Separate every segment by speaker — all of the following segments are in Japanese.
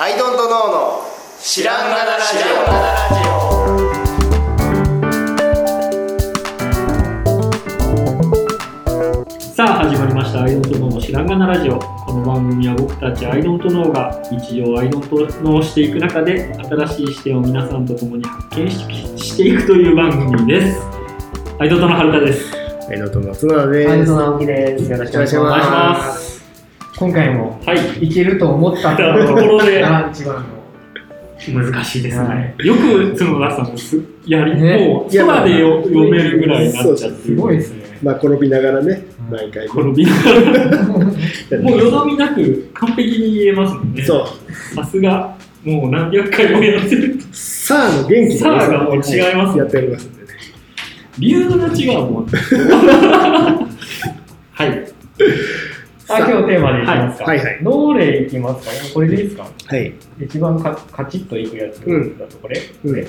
Speaker 1: アイドントノーの知らんがなラジ
Speaker 2: さあ始まりました「アイドントノーの知らんがなラジオ」この番組は僕たちアイドントノーが日常をアイドントノーしていく中で新しい視点を皆さんと共に発見ししていくという番組ですアイドントノーはるかです
Speaker 1: オアイドントノー角田です
Speaker 3: アイドル直樹です。よろしくお願いし
Speaker 1: お
Speaker 2: お願いし
Speaker 3: ま
Speaker 2: ます
Speaker 3: す。今回も
Speaker 2: はい
Speaker 3: いけると思ったと
Speaker 2: ところで
Speaker 3: が一番の。
Speaker 2: 難しいですね、
Speaker 3: は
Speaker 2: よく角田さんですやり、
Speaker 3: ね
Speaker 2: もうそばでよ読めるぐらいになっちゃって
Speaker 3: すごいですね。
Speaker 1: まあ転びながらね
Speaker 3: うん
Speaker 1: 毎回
Speaker 2: このビもうよどみなく完璧に言えますもんね
Speaker 1: そう
Speaker 2: さすがもう何百回もやってる
Speaker 1: さあの元気でね
Speaker 2: さあがもう違います
Speaker 1: やっておりますんでね
Speaker 2: 理由が違うもんはい
Speaker 3: あ、今日テーマでいきますか。
Speaker 1: はいはい
Speaker 3: どれいきますかこれでいいですか
Speaker 1: はい
Speaker 3: 一番かカチッといくやつだとこれ、
Speaker 1: うん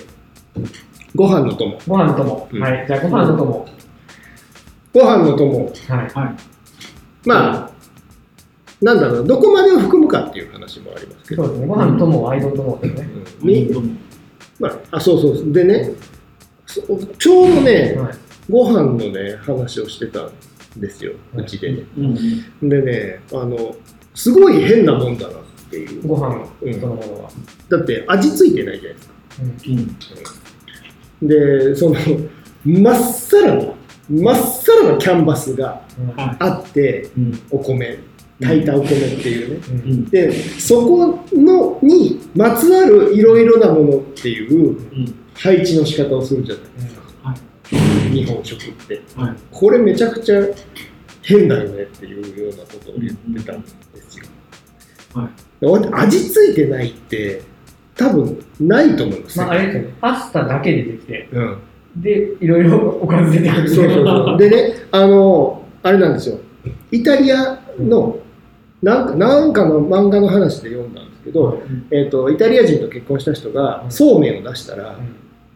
Speaker 1: ご飯の友
Speaker 3: ご飯の友、
Speaker 1: うん
Speaker 3: はい。じゃあご飯の友。
Speaker 1: ご飯の友
Speaker 3: はい。
Speaker 1: まあなんだろうどこまでを含むかっていう話もありますけ
Speaker 3: そ
Speaker 1: ど
Speaker 3: うですね。ご飯の友はアイドル友ですね。
Speaker 1: うんみまああそうそうでねそちょうどね
Speaker 3: はい。
Speaker 1: ご飯のね話をしてたんですようちでね
Speaker 2: うん
Speaker 1: でねあのすごい変なもんだなっていう
Speaker 3: ご飯
Speaker 1: うん
Speaker 3: そのものは。
Speaker 1: だって味ついてないじゃないですか
Speaker 3: うん
Speaker 2: うん
Speaker 1: でそのまっさらなまっさらなキャンバスが
Speaker 3: うん
Speaker 2: は
Speaker 1: あって
Speaker 2: いうん
Speaker 1: お米炊いたお米っていうね
Speaker 3: うん
Speaker 2: うん
Speaker 1: でそこのにまつわるいろいろなものっていう
Speaker 2: うん
Speaker 1: 配置の仕方をするじゃない日本食って
Speaker 2: はい
Speaker 1: これめちゃくちゃ変だよねっていうようなことを言ってたんですよ、
Speaker 2: は
Speaker 1: で味ついてないって多分ないと思うんです
Speaker 3: まあ、あれですよね。パスタだけでできて、
Speaker 1: うん
Speaker 3: で、いろい ろおかず出てくる。
Speaker 1: そうそう そう。でね、あの、あれなんですよ。イタリアの、なんかなんかの漫画の話で読んだんですけど、えっとイタリア人と結婚した人が
Speaker 3: うん
Speaker 1: そうめんを出したら、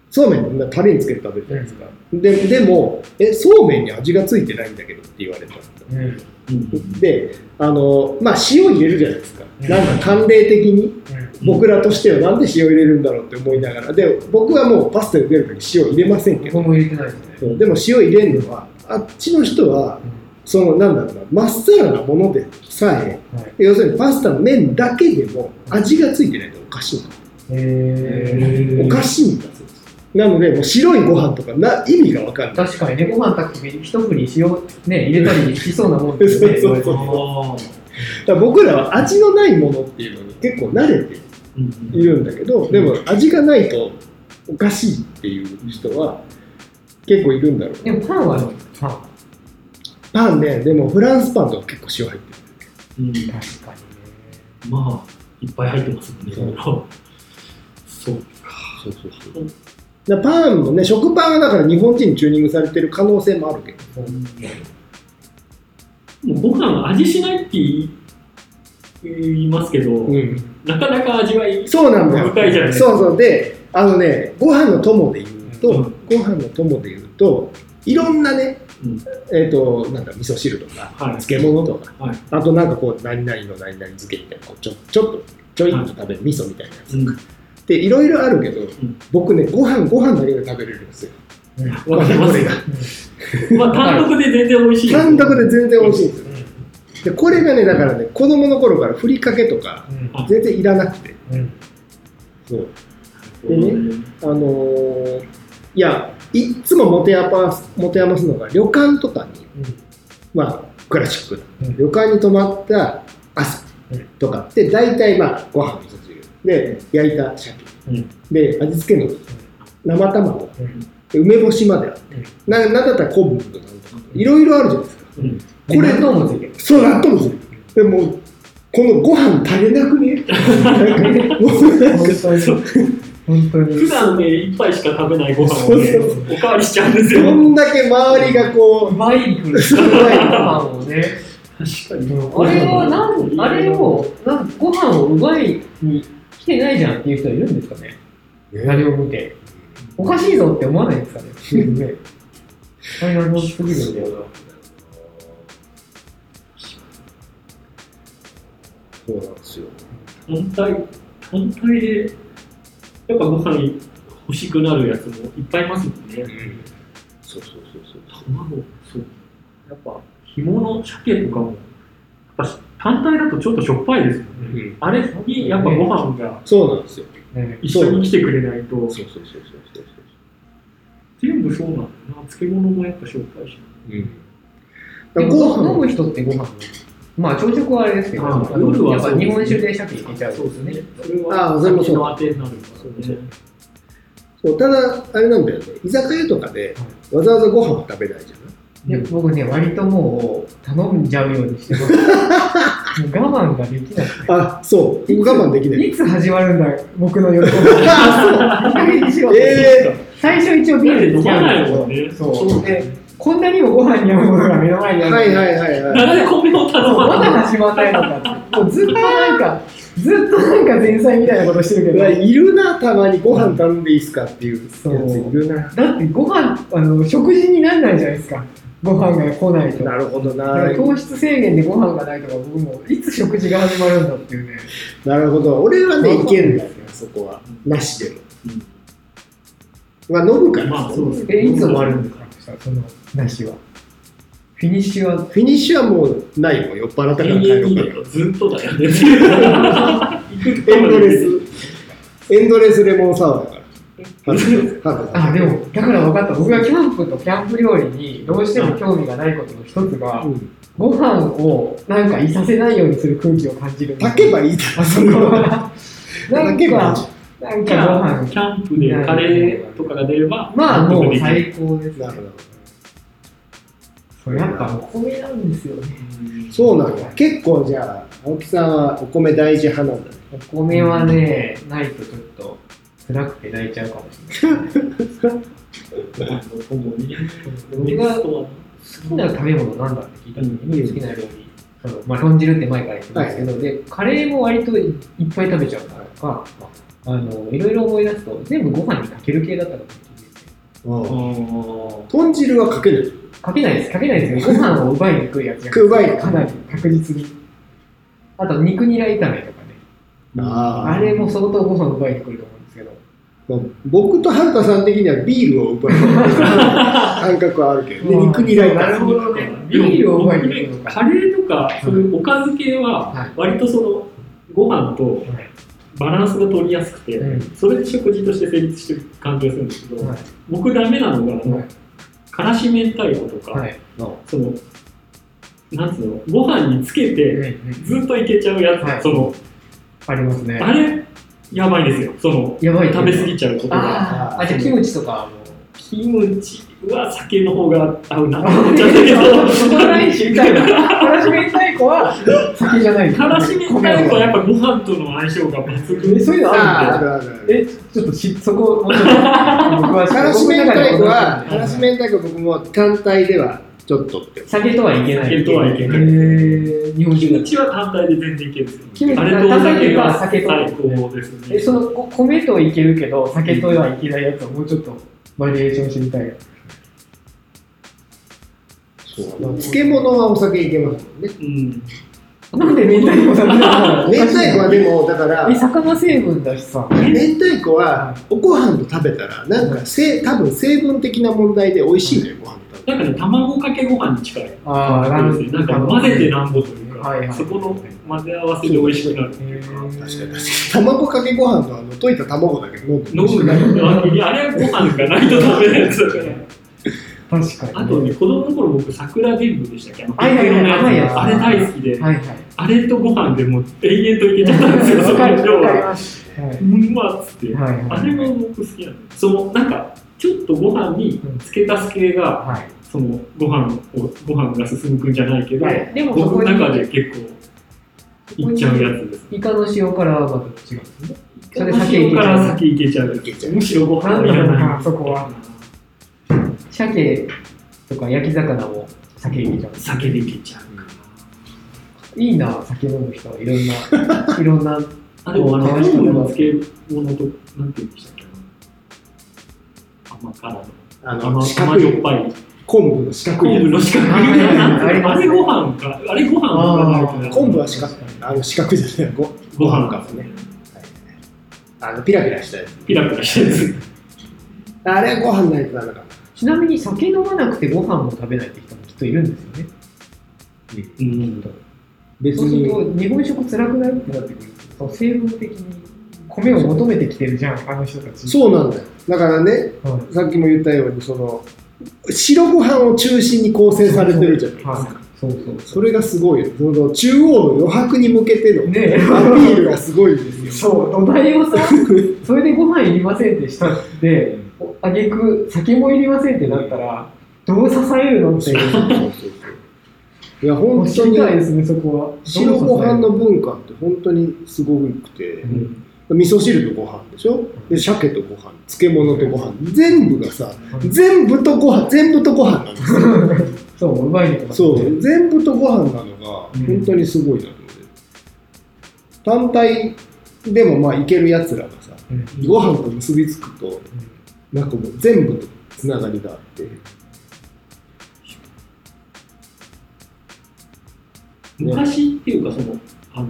Speaker 1: そうめんみんなタレにつけて食べるじゃないですか、ででもえそうめんに味がついてないんだけどって言われたんですよ
Speaker 3: うん。うん。
Speaker 2: うん
Speaker 1: であの、まあ、塩入れるじゃないですか、
Speaker 3: うん
Speaker 1: なんか慣例的に
Speaker 3: うん
Speaker 1: 僕らとしてはなんで塩入れるんだろうって思いながらで僕はもうパスタ茹でる時に塩入れませんけど
Speaker 3: 僕も入れてないですね。
Speaker 1: そうでも塩入れるのはあっちの人はそのなんだろうなまっさらなものでさえ
Speaker 3: はい。
Speaker 1: 要するにパスタの麺だけでも味がついてないとおかしいんだ
Speaker 3: え
Speaker 1: おかしいんだそうですなのでもう白いご飯とかな意味がわかん
Speaker 3: ー、
Speaker 1: ない
Speaker 3: 確かにね、ご飯炊く時一振り塩、ね、入れたりしそうなもんですよね。
Speaker 1: そうそうそう
Speaker 2: あ
Speaker 1: だから僕らは味のないものっていうのに結構慣れて
Speaker 2: ーうん
Speaker 1: いるんだけどでも味がないとおかしいっていう人は結構いるんだろう
Speaker 3: でもパンはね、パン。
Speaker 1: パンねでもフランスパンとか結構塩入ってる
Speaker 2: うん
Speaker 3: 確か
Speaker 2: まあいっぱい入ってますもんね
Speaker 1: そう
Speaker 2: いろいろそう
Speaker 1: そうそうそうだからパンもね食パンはだから日本人にチューニングされてる可能性もあるけど
Speaker 3: にね。
Speaker 2: もうご飯味しないって言い言いますけど、
Speaker 1: うん、
Speaker 2: なかなか味はいい
Speaker 1: そうなんだ
Speaker 2: 深いじゃな
Speaker 1: よ。
Speaker 2: い
Speaker 1: そうそう。で、あのね、ご飯の友で言うと、
Speaker 2: うん
Speaker 1: ご飯の友で言うと、いろんなね、
Speaker 2: うん
Speaker 1: えっ、と、なんか味噌汁とか、
Speaker 2: はい
Speaker 1: 漬物とか、
Speaker 2: はい
Speaker 1: あとなんかこう、何々の何々漬けみたいな、こうちょちょっと、ちょいっと食べる味噌みたいなやつ。
Speaker 2: うん
Speaker 1: で、いろいろあるけど、
Speaker 2: ん
Speaker 1: 僕ね、ご飯ご飯だけで食べれるんですよ。
Speaker 3: うん
Speaker 2: わかりま
Speaker 1: これ
Speaker 2: す
Speaker 1: が。
Speaker 2: まあ単独で全然美味しいです
Speaker 1: 単独で全然美味しいんですよ。で、これがね、だからね、子供の頃からふりかけとか、
Speaker 3: う
Speaker 1: 全然いらなくて。
Speaker 3: ん。うん。
Speaker 1: そう。
Speaker 2: う
Speaker 1: でね
Speaker 2: ん
Speaker 1: あのーいや、いっつも持て余す持て余すのが、旅館とかに、まあ、クラシックな、
Speaker 3: うん
Speaker 1: 旅館に泊まった朝
Speaker 3: うん
Speaker 1: とかって、大体まあ、ご飯味噌汁、で、焼いた鮭、
Speaker 2: うん
Speaker 1: で、味付けのり生卵、
Speaker 3: うん。
Speaker 1: 梅干しまであって、
Speaker 3: うん
Speaker 1: ななんだったら昆布とかなんとか、いろいろあるじゃないですか。
Speaker 2: うん
Speaker 3: こ
Speaker 1: これ
Speaker 3: れどうもついてる。
Speaker 1: そう、納豆もする。でも、このご飯足りなくね なんかもう なん
Speaker 3: 本
Speaker 1: か
Speaker 3: 当に。本当に。
Speaker 2: 普段ね、一杯しか食べないご飯をね
Speaker 1: そうそ、
Speaker 2: おかわりしちゃうんですよ。
Speaker 1: どんだけ周りがこう、
Speaker 3: 奪いに来る。パンをね。
Speaker 2: 確か
Speaker 3: あれはなん、あれを、なんご飯を奪いに来てないじゃんっていう人いるんですかね。あれを見て。おかしいぞって思わないですかね。 ねあれ謎すぎるんだよ
Speaker 1: そうなんですよ。
Speaker 2: 本体、単体で、やっぱご飯欲しくなるやつもいっぱいいますもんね。
Speaker 1: そうそうそうそう。
Speaker 2: 卵、そう。やっぱ、干物、鮭とかも、やっぱ単体だとちょっとしょっぱいですもんね。
Speaker 1: うん
Speaker 2: あれにやっぱご飯が
Speaker 1: そうなんですよ。
Speaker 3: ね
Speaker 2: 一緒に来てくれないと、
Speaker 1: そうそうそうそうそうそう。
Speaker 2: 全部そうなんだな。漬物もやっぱしょっぱいし。
Speaker 1: だからご
Speaker 3: ご飯飲
Speaker 1: 飯
Speaker 3: む人ってご飯まあ朝食はあれですけど、
Speaker 2: ああ
Speaker 3: あの
Speaker 2: 夜は
Speaker 3: やっ
Speaker 2: そう
Speaker 3: ぱ
Speaker 2: です
Speaker 3: 日
Speaker 2: ね
Speaker 3: 本酒で鮭いけちゃう
Speaker 2: そうですね。それ
Speaker 1: あ
Speaker 2: は、
Speaker 1: あそれもそう
Speaker 2: 酒のあてになるからね。
Speaker 1: そうそうただ、あれなんだよね、居酒屋とかで
Speaker 3: は
Speaker 1: わざわざご飯は食べないじゃない
Speaker 3: で僕ね、割ともう頼んじゃうようにしてますもう我慢ができない。
Speaker 1: あ、そう、
Speaker 3: いつ
Speaker 1: 我慢できない。
Speaker 3: いつ始まるんだ、僕の夜ご飯。いい加減にしろって
Speaker 1: えー
Speaker 3: 最初一応ビールで
Speaker 2: 飲まない
Speaker 3: よ
Speaker 2: もんね。
Speaker 3: そう。で、こんなにもご飯に合うものが目の前にある。
Speaker 1: はいはいはいはい。
Speaker 2: なんで米を頼ま
Speaker 3: ま
Speaker 2: ない
Speaker 3: だ始まったよとかって。もうずっとなんか、ずっとなんか前菜みたいなことしてるけ
Speaker 1: う
Speaker 3: ど
Speaker 1: わ。いるな、たまにご飯頼んでいいですかっていうやついるな。
Speaker 3: だってご飯あの食事にならないじゃないですかご飯が来ないと
Speaker 1: なるほどな。
Speaker 3: だから糖質制限でご飯がないとか僕もいつ食事が始まるんだっていうね
Speaker 1: なるほど。俺はね、
Speaker 3: そう
Speaker 1: いけるんだよね、そこは。なしでも。まあ、飲むから。
Speaker 2: まあそうですね
Speaker 3: えいつ終わるんですかそのなしはフィニッシュは
Speaker 1: フィニッシュはもうないもん、酔っ払ったから帰ろうかな。
Speaker 2: ずっとだよね。
Speaker 1: エンドレス、エンドレスレモンサワーだから。
Speaker 3: あでもだから分かった僕がキャンプとキャンプ料理にどうしても興味がないことの一つが
Speaker 1: うん
Speaker 3: ご飯をなんかいさせないようにする空気を感じるんです
Speaker 1: 炊けばいいだ
Speaker 3: あそこはな ん
Speaker 1: 炊けばいい
Speaker 3: かなん
Speaker 2: キ
Speaker 3: かご飯
Speaker 2: ャンプでカレーとかが出れば、
Speaker 3: まあもう
Speaker 2: 最
Speaker 3: 最高ですね
Speaker 1: なるほど
Speaker 3: そうやっぱお米なんですよね。
Speaker 1: そうなんだ。結構じゃあ、青木さんはお米大事派なんだね。
Speaker 3: お米はね、ないとちょっと辛くて泣いちゃうかもしれ ない。
Speaker 2: 俺が好
Speaker 3: 好きな食べ物なんだって聞いた時に、
Speaker 1: うん
Speaker 3: 好きな料理。あのまあ、豚汁って前から言ってますけど、でカレーも割といっぱい食べちゃうからとか、あのいろいろ思い出すと、全部ご飯にかける系だったのか
Speaker 1: 豚汁はかける。
Speaker 3: かけないです、かけないですよ。ご飯を奪いに食うやつじゃん。
Speaker 1: 奪いに
Speaker 3: かなり確実に。あと、肉ニラ炒めとかね。
Speaker 1: あー
Speaker 3: あれも相当ご飯奪いに来ると思うんですけど。
Speaker 1: まあ僕とはるかさん的にはビールを奪う 感覚はあるけど、ね、
Speaker 3: うん
Speaker 1: 肉にらい
Speaker 3: なるほどねビールを奪いに来るのか
Speaker 2: カレーとか、そういうおかず系
Speaker 3: はい
Speaker 2: は、割とその、ご飯とバランスが取りやすくて、
Speaker 3: うん
Speaker 2: それで食事として成立してる感じがするんですけど、
Speaker 3: はい
Speaker 2: 僕ダメなのが、あの
Speaker 3: はい
Speaker 2: からし明太子とか、
Speaker 3: はい
Speaker 2: その、なんつうの、ご飯につけて、ずっといけちゃうやつ、
Speaker 3: はい
Speaker 2: その
Speaker 3: ありますね。
Speaker 2: あれやばいですよその
Speaker 3: やばい
Speaker 2: 食べ過ぎちゃうことが
Speaker 3: あーあ、じゃあキムチとかも。
Speaker 2: キムチは酒の方が合うなって思っちゃったけ
Speaker 3: そ こ
Speaker 2: ど
Speaker 3: のライン知りたいな。からし明太子は酒じゃない。
Speaker 2: からし明太子はやっ
Speaker 3: ぱ。
Speaker 2: ぱご飯との相性が抜群
Speaker 3: えそういうのある
Speaker 1: あ
Speaker 3: んだ。
Speaker 1: るあるある
Speaker 3: え、ちょっとしそこもうちょっと僕は
Speaker 1: からし明太子は、
Speaker 3: 僕
Speaker 1: から
Speaker 3: の中で
Speaker 1: し明太子僕も単体ではちょっとって。
Speaker 3: 酒とはいけない。
Speaker 2: 酒とはいけない
Speaker 3: へー日本
Speaker 2: キ
Speaker 3: 酒
Speaker 2: ム
Speaker 3: だ。
Speaker 2: チは単体で全然いけるんです
Speaker 3: キム
Speaker 2: よ
Speaker 3: チ
Speaker 2: あれとお酒は
Speaker 3: 単体
Speaker 2: 最
Speaker 3: では酒
Speaker 2: 高です
Speaker 3: え、
Speaker 2: ね
Speaker 3: そのこ米とはいけるけど酒とはいけないやつをもうちょっとバリエーションしてみたい。
Speaker 1: 漬物はお酒いけますもんね。
Speaker 2: うん
Speaker 3: なんで明太子なんだろう
Speaker 1: 明太子はでも、だから、
Speaker 3: え
Speaker 1: 明
Speaker 3: 魚成分だしさ。
Speaker 1: 太子はおご飯と食べたら、なんかせ、多分成分的な問題で美味しいのよ、ご飯と。
Speaker 2: なんかね卵かけご飯に近い
Speaker 3: ああ、
Speaker 2: なんか混ぜてなんぼというか、
Speaker 3: はいはい
Speaker 2: そこの混ぜ合わせで美味しくなる
Speaker 3: へー
Speaker 1: 確かに卵かけご飯とあの溶いた卵だけ飲んで
Speaker 2: 飲
Speaker 1: ほし
Speaker 2: む
Speaker 1: い
Speaker 2: のにあれはご飯がないとダメなやつだから
Speaker 3: 確かに、
Speaker 2: あとね、子供の頃僕、桜伝部でしたっけあの、
Speaker 3: はいはいはい
Speaker 2: ピンク色のやつあ
Speaker 3: 甘い
Speaker 2: れ
Speaker 3: や
Speaker 2: 大好
Speaker 3: つ
Speaker 2: きで、
Speaker 3: はいはい。
Speaker 2: あれとご飯でもう永遠といけち ゃったんですよ、そ
Speaker 3: わか
Speaker 2: の
Speaker 3: る
Speaker 2: 量
Speaker 3: わかり
Speaker 2: は。
Speaker 3: ます。はい。
Speaker 2: うんまっつって。
Speaker 3: はいはい。
Speaker 2: あれも僕好きなの。その、なんか、ちょっとご飯に付け足す系が、
Speaker 3: はい。
Speaker 2: その、ご飯を、ご飯が進むくんじゃないけど、
Speaker 3: はいでもそこ
Speaker 2: 僕
Speaker 3: に
Speaker 2: の中で結構、いっちゃうやつです。
Speaker 3: イカの塩辛はまた違うんですね。それ酒い
Speaker 2: 塩
Speaker 3: けち
Speaker 2: か
Speaker 3: ゃう
Speaker 2: ら先いけちゃう。むしろご飯いらない。
Speaker 3: そこは。鮭とか焼き魚も酒いけちゃう。
Speaker 2: 酒でいけちゃう。
Speaker 3: いいな、酒飲む人はいろんな、いろんな、
Speaker 2: あ、でもあの、
Speaker 3: 楽しかった
Speaker 2: 昆布の漬物と、なんて言うんでしたっけ甘辛の。
Speaker 1: あの
Speaker 2: 甘
Speaker 1: 四角
Speaker 2: 甘じょっ
Speaker 1: い
Speaker 2: ぱい。
Speaker 1: 昆布の四角い
Speaker 2: 昆
Speaker 1: や
Speaker 2: 布の四角い。
Speaker 3: はいはいはい
Speaker 2: なんて
Speaker 3: あります
Speaker 2: あれご飯か。あれご飯がない
Speaker 1: つ
Speaker 2: か
Speaker 1: 昆布は四角いあの四角じゃないご
Speaker 2: ご飯
Speaker 1: かもねあのピラピラしたやつ
Speaker 2: ピラピラしてる。
Speaker 1: あれはご飯ないとダメか
Speaker 3: ちなみに酒飲まなくてご飯も食べないって人もきっといるんですよね。
Speaker 2: うん。
Speaker 1: 別
Speaker 3: そうする
Speaker 1: に
Speaker 3: と、日本食辛くないってなってくると、その成分的に米を求めてきてるじゃん、あの人たち。
Speaker 1: そうなんだよだからね
Speaker 3: はい
Speaker 1: さっきも言ったようにその白ご飯を中心に構成されてるじゃないですか
Speaker 3: はいそうそう
Speaker 1: それがすごいよその中央の余白に向けての
Speaker 3: ね
Speaker 1: アピールがすごいんですよ
Speaker 3: そう土 台をさそれでご飯いりませんってしたってあげく酒もいりませんってなったらどう支えるのって
Speaker 1: そうそうそうそういや本
Speaker 3: 知
Speaker 1: 当
Speaker 3: りたいで
Speaker 1: に
Speaker 3: すねそこは
Speaker 1: 白ご飯
Speaker 3: ど
Speaker 1: の文化って本当にすごくて
Speaker 3: う支えるうん
Speaker 1: 味噌汁とご飯でしょで鮭とご飯漬物とご飯全部がさ
Speaker 3: うん
Speaker 1: 全部とご飯全部とご飯なんですよ
Speaker 3: そううまいねとか
Speaker 1: そう全部とご飯なのが
Speaker 2: うん
Speaker 1: 本当にすごいなと思って、単体でもまあいけるやつらがさ
Speaker 3: うん
Speaker 1: ご飯と結びつくとなんかもう全部とつながりがあって
Speaker 2: 昔っていうか、その、あの、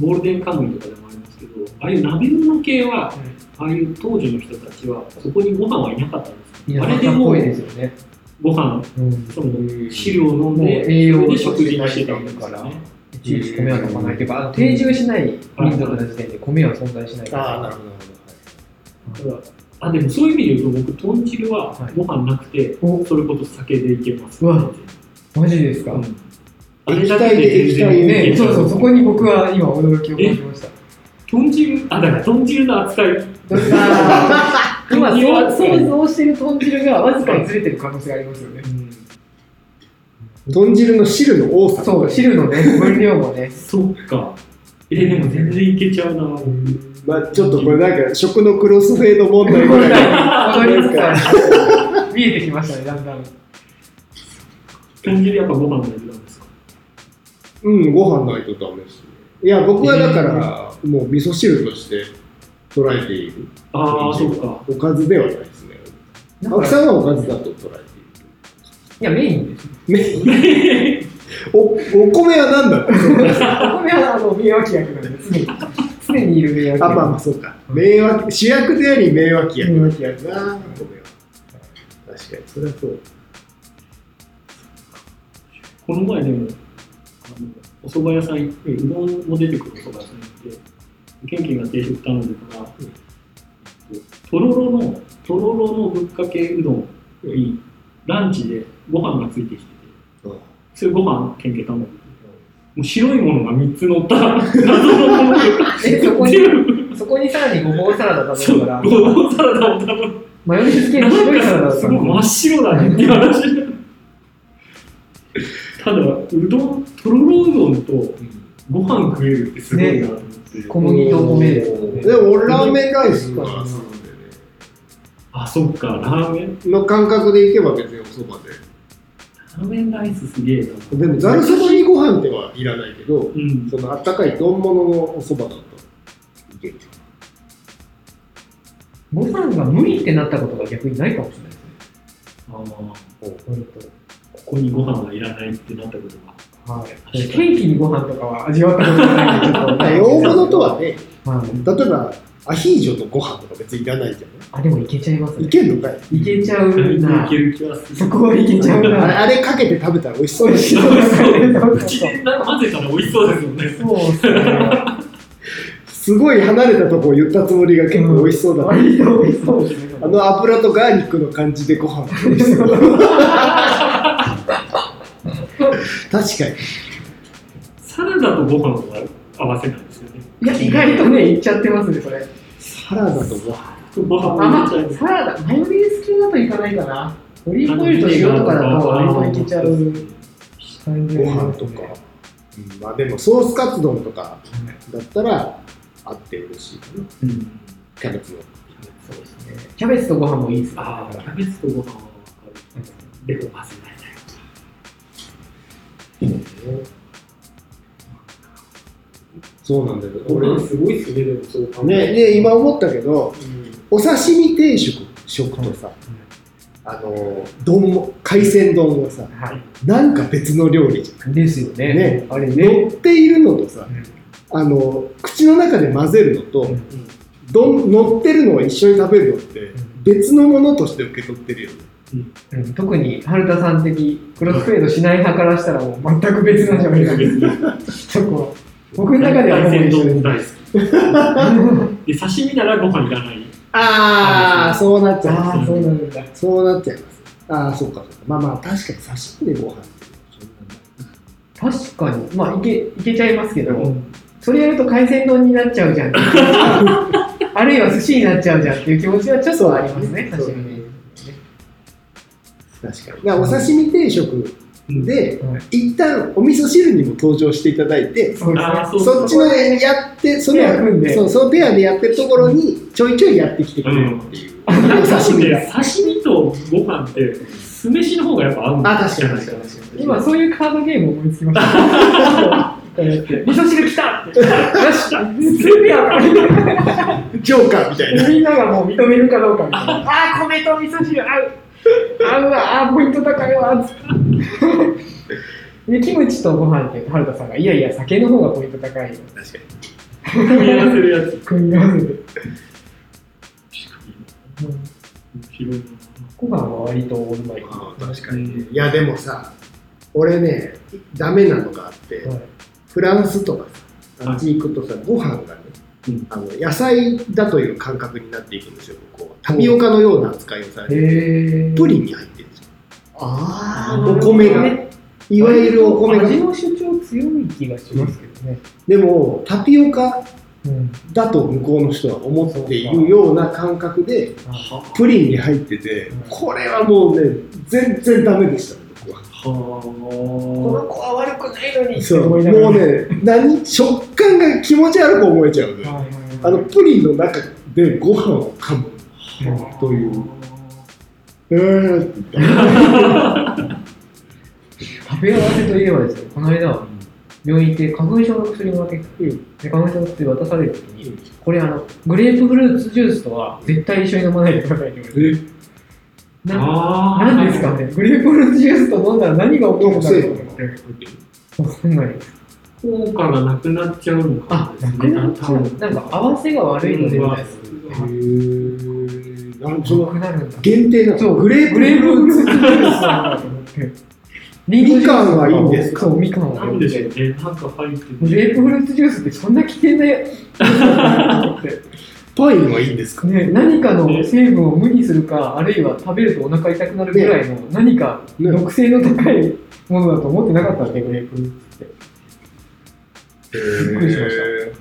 Speaker 2: ゴールデンカムイとかでもありますけど、ああいう鍋物系は、ああいう当時の人たちは、そこにご飯はいなかったんですよ。あ
Speaker 3: あ
Speaker 2: れ
Speaker 3: れ
Speaker 2: で
Speaker 3: で
Speaker 2: も
Speaker 3: も
Speaker 2: う
Speaker 3: いですよね
Speaker 2: ご飯、
Speaker 3: うん
Speaker 2: その汁を飲ん
Speaker 3: もう
Speaker 2: で、
Speaker 3: 栄養
Speaker 2: それ
Speaker 3: を
Speaker 2: で食事にしてたんですよね。
Speaker 3: いちいち米は飲まないというかあの定住しない民族の時点で米は存在しないから
Speaker 1: ほどなる
Speaker 2: だからあでもそういう意味で言うと僕豚汁は
Speaker 3: はい
Speaker 2: ご飯なくて、
Speaker 3: お
Speaker 2: それこそ酒でいけます、
Speaker 3: うわマジですか
Speaker 2: うんあれだけで全然い
Speaker 3: ね
Speaker 2: けちゃ
Speaker 3: そうそうそこに僕は今驚きを感じました
Speaker 2: 豚汁あだから豚汁の扱い
Speaker 3: 今
Speaker 2: 豚汁は
Speaker 3: そう想像してる豚汁がわずかにずれてる可能性がありますよね。
Speaker 1: 豚汁の汁の多さ
Speaker 3: そう、汁のね、分量もね。
Speaker 2: そっかえでも全然いけちゃうな
Speaker 1: まあ、ちょっとこれなんか食のクロスフェード問題ぐらい
Speaker 3: わかりますか見えてきましたね、だんだん。
Speaker 2: 豚汁やっぱご飯の味なんですか
Speaker 1: うんご飯ないとダメですねいや僕はだからもう味噌汁として捉えている
Speaker 2: ああそっか
Speaker 1: おかずではないですね
Speaker 3: だか
Speaker 1: 青木
Speaker 3: らい
Speaker 1: さんはおかずだと捉えている
Speaker 3: や、メインです。
Speaker 1: おお米は何だろう
Speaker 3: お米はあの名脇役なんで、常に。常にいる名脇役。
Speaker 1: あ、まあまあ、そうか。名脇、主役であり名脇や
Speaker 3: 名脇役。
Speaker 1: な、米は。確かに、それはそう。
Speaker 2: この前でもあのお蕎麦屋さん行ってうどんも出てくるお蕎麦屋さん行ってケンケンが定食頼んでたら、とろろのとろろのぶっかけうどんにランチでご飯がついてきててそれご飯ケンケン頼んでてもう白いものが3つ乗った 謎のものが
Speaker 3: えそこに
Speaker 2: 全部
Speaker 3: そこにさらにごぼうサラダ
Speaker 2: そ
Speaker 3: 頼
Speaker 2: う
Speaker 3: む
Speaker 2: ご
Speaker 3: から、
Speaker 2: ぼうサラダを頼む
Speaker 3: マヨネーズ系
Speaker 2: な
Speaker 3: の白いサラ
Speaker 2: ん
Speaker 3: ダ
Speaker 2: か
Speaker 3: だっ
Speaker 2: す
Speaker 3: た
Speaker 2: ごい
Speaker 3: の
Speaker 2: 真っ白だねっていう話ただうどんとろろうどんとご飯食えるってすごいなと思って、
Speaker 3: 小麦と米ですよね。
Speaker 1: でも、俺、ラーメンライスが好きなんだよね。
Speaker 2: あそっかラーメン
Speaker 1: の感覚でいけば別におそばで。
Speaker 2: ラーメンライスすげえな
Speaker 1: でも、ざるそばにご飯ではいらないけど
Speaker 2: う、ん
Speaker 1: そのあったかい丼物のおそばだといける。
Speaker 3: ご飯が無理ってなったことが逆にないかもしれないですね。
Speaker 2: あー
Speaker 3: 本
Speaker 2: ここにご飯はいらないってなったことが
Speaker 3: 当はい。ケーキにご飯とかは味わったことないけ ど。
Speaker 1: 大物とはね、
Speaker 3: はい。
Speaker 1: 例えば、アヒージョとご飯とか別にいらないじゃ
Speaker 3: あ、でもいけちゃいます
Speaker 1: ん。い
Speaker 3: ね。
Speaker 1: けんのかい
Speaker 3: いけちゃう
Speaker 2: 全然
Speaker 3: ない
Speaker 2: け。る気はする
Speaker 3: そこはいけちゃう
Speaker 1: あれ
Speaker 3: な。
Speaker 1: あれかけて食べたら美味しそう
Speaker 3: 美
Speaker 1: だ
Speaker 3: 味
Speaker 1: し
Speaker 3: しそうですね。そう
Speaker 2: 口で混ぜたら美味しそうですよね
Speaker 3: ですね。
Speaker 1: すごい離れたとこ言ったつもりが結構美味しそうだった
Speaker 3: 割と美味しそうですね。
Speaker 1: あの油とガーリックの感じでご飯を美味しそう。確か
Speaker 2: サラダとご飯は合わせないんですよね
Speaker 3: いや、意外とね、いっちゃってますね、それ。
Speaker 1: に。サラダとご飯。
Speaker 2: ご飯
Speaker 3: あ、
Speaker 2: も入
Speaker 3: ま
Speaker 2: れちゃうん
Speaker 3: あ、
Speaker 2: です
Speaker 3: サラダ、マヨネーズ系だといかないかな。オリーブオイルと塩とかだと割といけちゃう感じ
Speaker 1: ご
Speaker 3: がしま
Speaker 1: 飯
Speaker 3: す
Speaker 1: と
Speaker 3: ね
Speaker 1: か。うんまあでもソースカツ丼とかだったら合って嬉しいかな。
Speaker 2: うん
Speaker 1: キャベツの。
Speaker 3: そうですね。キャベツとご飯もいいですね
Speaker 2: ああキャベツとご飯は分かるでも合わせない
Speaker 1: そうなんだよ。
Speaker 2: 俺
Speaker 1: 俺
Speaker 2: はすごいっすねでもそう考え
Speaker 1: ね、
Speaker 2: ると
Speaker 1: ね今思ったけど、
Speaker 2: うん
Speaker 1: お刺身定食食とさ、あの丼も海鮮丼はさ、
Speaker 3: は
Speaker 1: なんか別の料理じ
Speaker 3: い。ですよね。
Speaker 1: ね
Speaker 3: あれ
Speaker 1: ゃん。乗
Speaker 3: ね。
Speaker 1: っているのとさ
Speaker 3: う、ん
Speaker 1: あの口の中で混ぜるのと、
Speaker 3: うん
Speaker 2: うん
Speaker 1: どん乗ってるのを一緒に食べるのって別のものとして受け取ってるよね
Speaker 3: うん特に春田さん的クロスフェードしない派からしたらもう全く別な喋り方で
Speaker 2: 別に
Speaker 3: す。そこ僕の中では
Speaker 2: 海
Speaker 3: も
Speaker 2: 鮮
Speaker 3: う一緒
Speaker 2: 丼
Speaker 3: で
Speaker 2: 大好き。で、刺身ならご飯いらない。
Speaker 1: ああそうなっちゃいます
Speaker 3: ああ、そうなんだ。
Speaker 1: そうなっちゃいますああそうかそうかまあまあ確かに刺身で ご飯そんなの
Speaker 3: 確かに。まあ、いけ、いけちゃいますけど、
Speaker 2: うん
Speaker 3: それやると海鮮丼になっちゃうじゃん。あるいは寿司になっちゃうじゃんっていう気持ちはちょっとありますね、
Speaker 1: そう
Speaker 3: 確かに。
Speaker 1: 確かにだからお刺身定食で
Speaker 3: うん
Speaker 1: 一旦お味噌汁にも登場していただいて
Speaker 3: そうです
Speaker 2: あ
Speaker 3: ね
Speaker 2: あ、そう
Speaker 1: そっちのやってその
Speaker 3: ペア組んで
Speaker 1: そうそのペアでやってるところにちょいちょいやってきてくれるっていう、
Speaker 2: なんか
Speaker 1: 刺身が
Speaker 2: ね刺身とご飯って酢飯の方がやっぱ合うん
Speaker 1: あ確かに確
Speaker 2: じ
Speaker 1: か
Speaker 2: ゃ
Speaker 1: に
Speaker 2: ない
Speaker 1: 確かに
Speaker 3: 今そういうカードゲームを思いつきました。こうやって味噌汁来たって。よし全部や
Speaker 1: ジョーカーみたいな
Speaker 3: みんながもう認めるかどうかみたいな。あー、米と味噌汁合う。合うわ、あー、ポイント高いわ。 つってで、キムチとご飯って、春田さんが、いやいや、酒の方がポイント高いよ。
Speaker 1: 確かに
Speaker 2: 組み合わせるやつ。
Speaker 3: 組み合わせて。うん
Speaker 2: 広いな
Speaker 3: ご飯は割とオールマイティ
Speaker 1: ああ確かにねいやでもさ俺ねダメなのがあって、
Speaker 3: はい
Speaker 1: フランスとかさ
Speaker 2: はい
Speaker 1: あっち行くとさご飯がね、
Speaker 2: うん
Speaker 1: あの野菜だという感覚になっていくんですよこうタピオカのような扱いをされて
Speaker 3: へー
Speaker 1: プリンに入ってるんですよお
Speaker 3: あ
Speaker 1: 米がいわゆるお米が
Speaker 3: 味の主張強い気がしますけどね。
Speaker 1: でもタピオカ
Speaker 3: うん。
Speaker 1: だと向こうの人は思っているような感覚で
Speaker 2: は
Speaker 1: プリンに入ってて
Speaker 3: うん
Speaker 1: これはもうね全然ダメでした僕は
Speaker 3: こ
Speaker 2: は
Speaker 3: の子は悪くないのにって
Speaker 1: そうも
Speaker 3: 思
Speaker 1: う
Speaker 3: いながら。
Speaker 1: ね何食感が気持ち悪く思えちゃうのよ
Speaker 3: はいはい
Speaker 1: あ
Speaker 3: は
Speaker 1: の
Speaker 3: い、
Speaker 1: プリンの中でご飯を噛む
Speaker 3: うん
Speaker 1: といううーんって言っ
Speaker 3: 食べ合わせといえばですよ、この間、病院行って花粉症の薬もらってきた、
Speaker 1: うん
Speaker 3: で花粉症の薬渡されるときに、
Speaker 1: うん
Speaker 3: これあの、グレープフルーツジュースとは絶対一緒に飲まないでくださいって言われて、な
Speaker 2: あー
Speaker 3: なんですかね、グレープフルーツジュースと飲んだら何が起こるんだろうと思って、わかんないです。
Speaker 2: 効果がなくなっちゃうのか
Speaker 3: あ
Speaker 2: も、で
Speaker 3: な
Speaker 2: す
Speaker 3: く
Speaker 2: ね
Speaker 3: なっちゃう
Speaker 2: 多分
Speaker 3: なんか合わせが悪いのでみたいです。
Speaker 1: たへーなんそ
Speaker 3: な
Speaker 1: の
Speaker 3: くなるんだ。
Speaker 1: 限定な
Speaker 3: そ
Speaker 1: の
Speaker 3: う、
Speaker 1: グレープフ
Speaker 3: グレープフ
Speaker 1: ル
Speaker 3: ル
Speaker 1: ー
Speaker 3: ー
Speaker 1: ツ
Speaker 3: ツジュースなんだと思って。
Speaker 1: みかんはいいんですか
Speaker 3: そう、みかんは
Speaker 2: なんでしょうね、なんか入って
Speaker 3: グレープフルーツジュースってそんな危険なや
Speaker 1: パインはいいんですか
Speaker 3: ね、何かの成分を無にするか、あるいは食べるとお腹痛くなるぐらいの何か
Speaker 1: ね
Speaker 3: 毒性の高いものだと思ってなかったんで、グレープフルーツって。
Speaker 1: び
Speaker 3: っくりしました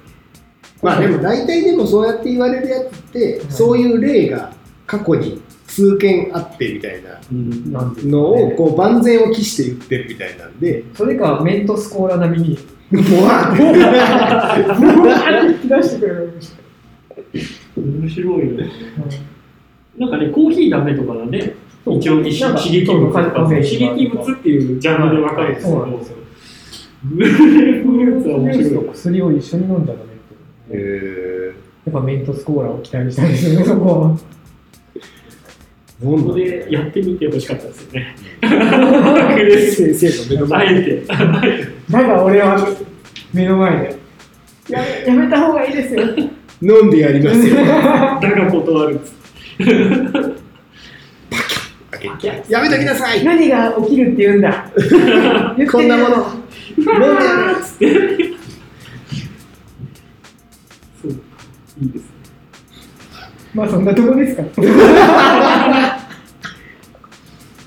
Speaker 1: まあでも大体でもそうやって言われるやつって
Speaker 3: はい
Speaker 1: そういう例が過去に数件あってみたいな
Speaker 2: うん
Speaker 3: なんですかね
Speaker 1: のをこう万全を期して言ってるみたいなんで
Speaker 3: それか、メントスコーラ並み に、
Speaker 1: もわ っ
Speaker 3: あーって引き出してくれる
Speaker 2: 面白いよね。なんかね、コーヒーダメとかだね、一応一種刺激物とか、刺激物っていうジャンルで分かるんですけ
Speaker 3: そう
Speaker 2: ど
Speaker 3: なんですよ。
Speaker 2: グ レープフ
Speaker 3: フル
Speaker 2: ル
Speaker 3: ー
Speaker 2: ーツは面
Speaker 3: ツ
Speaker 2: 白
Speaker 3: と
Speaker 2: い。
Speaker 3: 薬を一緒に飲んじゃダメってことね
Speaker 1: へ
Speaker 3: やっぱメントスコーラを期待したんですよね、そこは。
Speaker 1: こ
Speaker 2: ここでやってみてほしかったですよね。グレープ
Speaker 1: 先生の目の
Speaker 2: あ
Speaker 1: 前
Speaker 2: え
Speaker 1: に
Speaker 2: て。
Speaker 3: まだ俺は目の前で。やめやめた方がいいですよ。
Speaker 1: 飲んでやりますよ
Speaker 2: だが断るっつって
Speaker 1: やめときなさい飲ん
Speaker 3: 何が起きるって言うん だ。
Speaker 1: こんなものでや
Speaker 3: わ
Speaker 1: る
Speaker 2: そうかいいですね。
Speaker 3: まあそんなとこですか。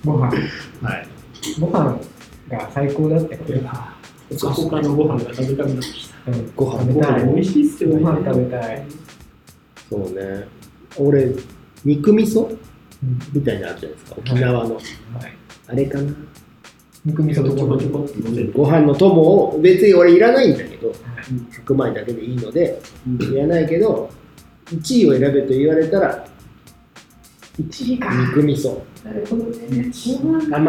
Speaker 3: ご飯、
Speaker 1: はい
Speaker 3: ご飯が最高だってことだ。
Speaker 2: ほかほかのご飯が食べたくなってきた。
Speaker 3: うん
Speaker 1: ご飯
Speaker 3: 食べたい。
Speaker 2: 美味しいっすよね。
Speaker 3: ご飯食べたい。
Speaker 1: そうね俺肉味噌
Speaker 3: うん
Speaker 1: みたいなのあるじゃないですか沖縄の
Speaker 3: はい
Speaker 1: あれかな
Speaker 3: 肉味
Speaker 2: ちょ
Speaker 3: 噌
Speaker 2: こ
Speaker 3: と
Speaker 2: ちょ
Speaker 3: ご
Speaker 2: こ
Speaker 3: 飯
Speaker 2: ちょこって飲んでる。
Speaker 1: ご飯の友を別に俺いらないんだけど
Speaker 2: うん
Speaker 1: 白米だけでいいのでいらないけど1位を選べと言われたら
Speaker 3: 1位か。
Speaker 1: 肉味噌
Speaker 3: なるほどね。
Speaker 1: 奄